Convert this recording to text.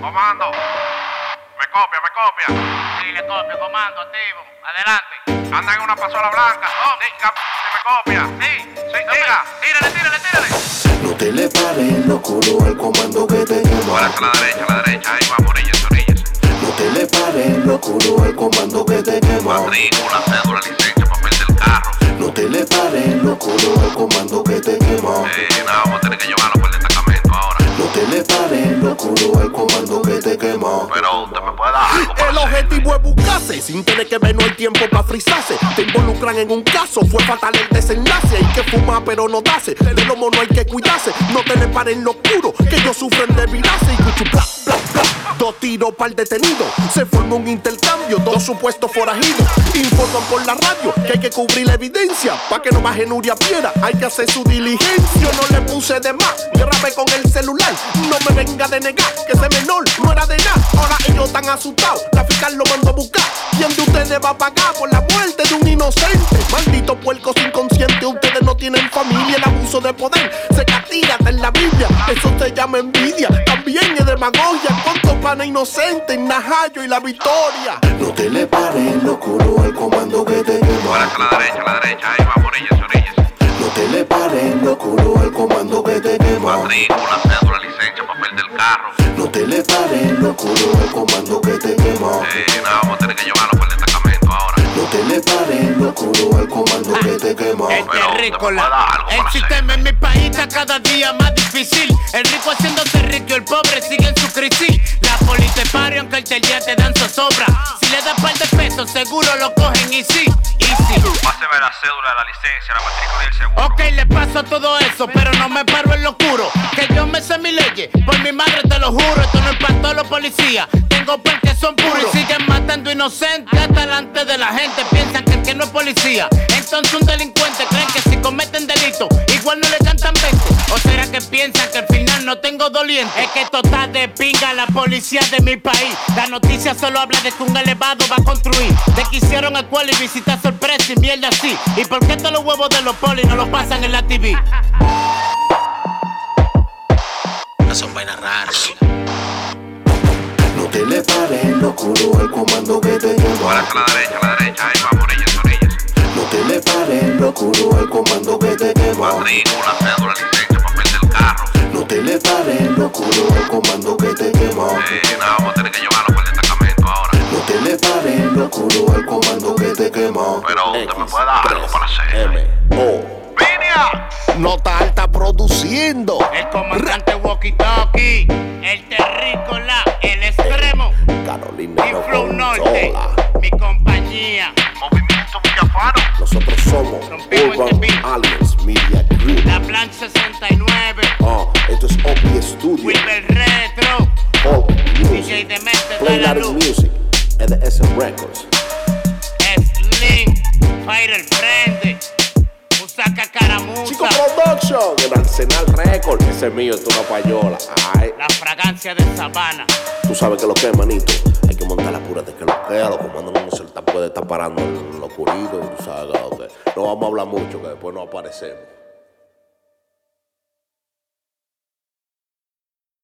Comando. Me copia, me copia. Sí, le copio, comando, activo. Adelante. Andan en una pasola blanca. Oh. Sí, cap- se me copia. Sí. Sí, tira. Tírale, tírale, tírale. No te le pares locuro al comando que te Ahora llama. es a la derecha, a la derecha. Ahí va, oríllese, oríllese. No te le pares locuro al comando que te llama. Matrícula, cédula, licencia, papel del carro. No te le pares locuro al comando que te llama. Eh, nada, vamos a tener que llevarlo por el destacamento ahora. No te le pares locuro al comando que te quema. Pero usted me puede dar algo para El hacer. objetivo es buscarse, sin tener que ver no hay tiempo para frizarse. Te involucran en un caso, fue fatal el desenlace. Hay que fumar pero no darse, de lomo no hay que cuidarse. No te le paren lo oscuro, que ellos sufren de virarse. Y cuchu, bla, bla, bla. Dos tiros para el detenido, se forma un intercambio, dos supuestos forajidos. Informan por la radio que hay que cubrir la evidencia, pa' que no baje Nuria Piera, hay que hacer su diligencia. Yo no le puse de más, grabé con el celular, no me venga de negar que ese menor no era de nada. Ahora ellos están asustados, la fiscal lo mandó a buscar. ¿Quién de ustedes va a pagar por la muerte de un inocente? Maldito puercos inconscientes, ustedes no tienen familia. El abuso de poder se castiga hasta en la Biblia. Eso se llama envidia, también es demagogia. Cuántos panes inocentes, Najayo y la victoria. No te le pares locuro al comando que te Ahora quema. es a la derecha, a la derecha. Ahí va, oríllese, oríllese. No te le pares locuro al comando que te quema. Matrícula, cédula, licencia, papel del carro. No te le pares locuro al comando que te quema. Eh, nada, vamos a tener que llevarlo por el destacamento ahora. No te le pares locuro al comando que te quema. Pero te El puedo terrícola. dar algo para El hacer. sistema en mi país está cada día más difícil. El rico haciéndose rico, el pobre sigue en su crisis. La poli te pare aunque el día te dan zozobra. Si le das par de pesos, seguro lo cogen y sí, y sí. Páseme la cédula, la licencia, la matrícula y el seguro. Ok, le paso todo eso, pero no me paro en lo oscuro. Que yo me sé mi leyes, por mi madre te lo juro. Esto no es para todos los policías. Tengo pan que son puros y siguen matando inocentes hasta delante de la gente. Piensan que el que no es policía, entonces un delincuente. Creen que si cometen delito, igual no le cantan 20. O será que piensan que al final no tengo doliente. Es que esto está de pinga la policía de mi país. La noticia solo habla de que un elevado va a construir. De que hicieron el cual y visita sorpresa y mierda así. ¿Y por qué todos los huevos de los polis no los pasan en la TV? No son vainas raras. No te le pares locuro al comando que te Ahora quema. es a la derecha, a la derecha. Ahí va, oríllese, oríllese. No te le pares locuro al comando que te quema. Matrícula, cédula, licencia, papel del carro. No te le pares locuro al comando que te quema. Eh, nada, vamos a tener que llevarlo por el destacamento ahora. No te le pares locuro al comando que te quema. Pero usted me puede dar algo para hacer. M.O. ¡Vinia! Nota alta produciendo. El comandante Walkie Talkie, el terrícola, el extremo Carolina y no Flow Norte, controla. mi compañía. Movimiento Villafaro. Nosotros somos Rompimos este beat. Urban Aliens Media Group. La Plan 69, Ah, esto es OP Studio. Wilber Retro, Folk DJ Music. Demente de Play la Latin Luz, Music. EDS Records. Slim, Fire el Frente, Usaka Chico Caramusa, Production. El Arsenal Record. Ese es mío, esto es una payola. Ay, la fragancia de Sabana. tú sabes que lo que es, manito. Hay que montar la pura de que lo que es. Lo comando no se está- puede estar parando en lo oscurito. Tú sabes que lo que es. No vamos a hablar mucho, que después no aparecemos.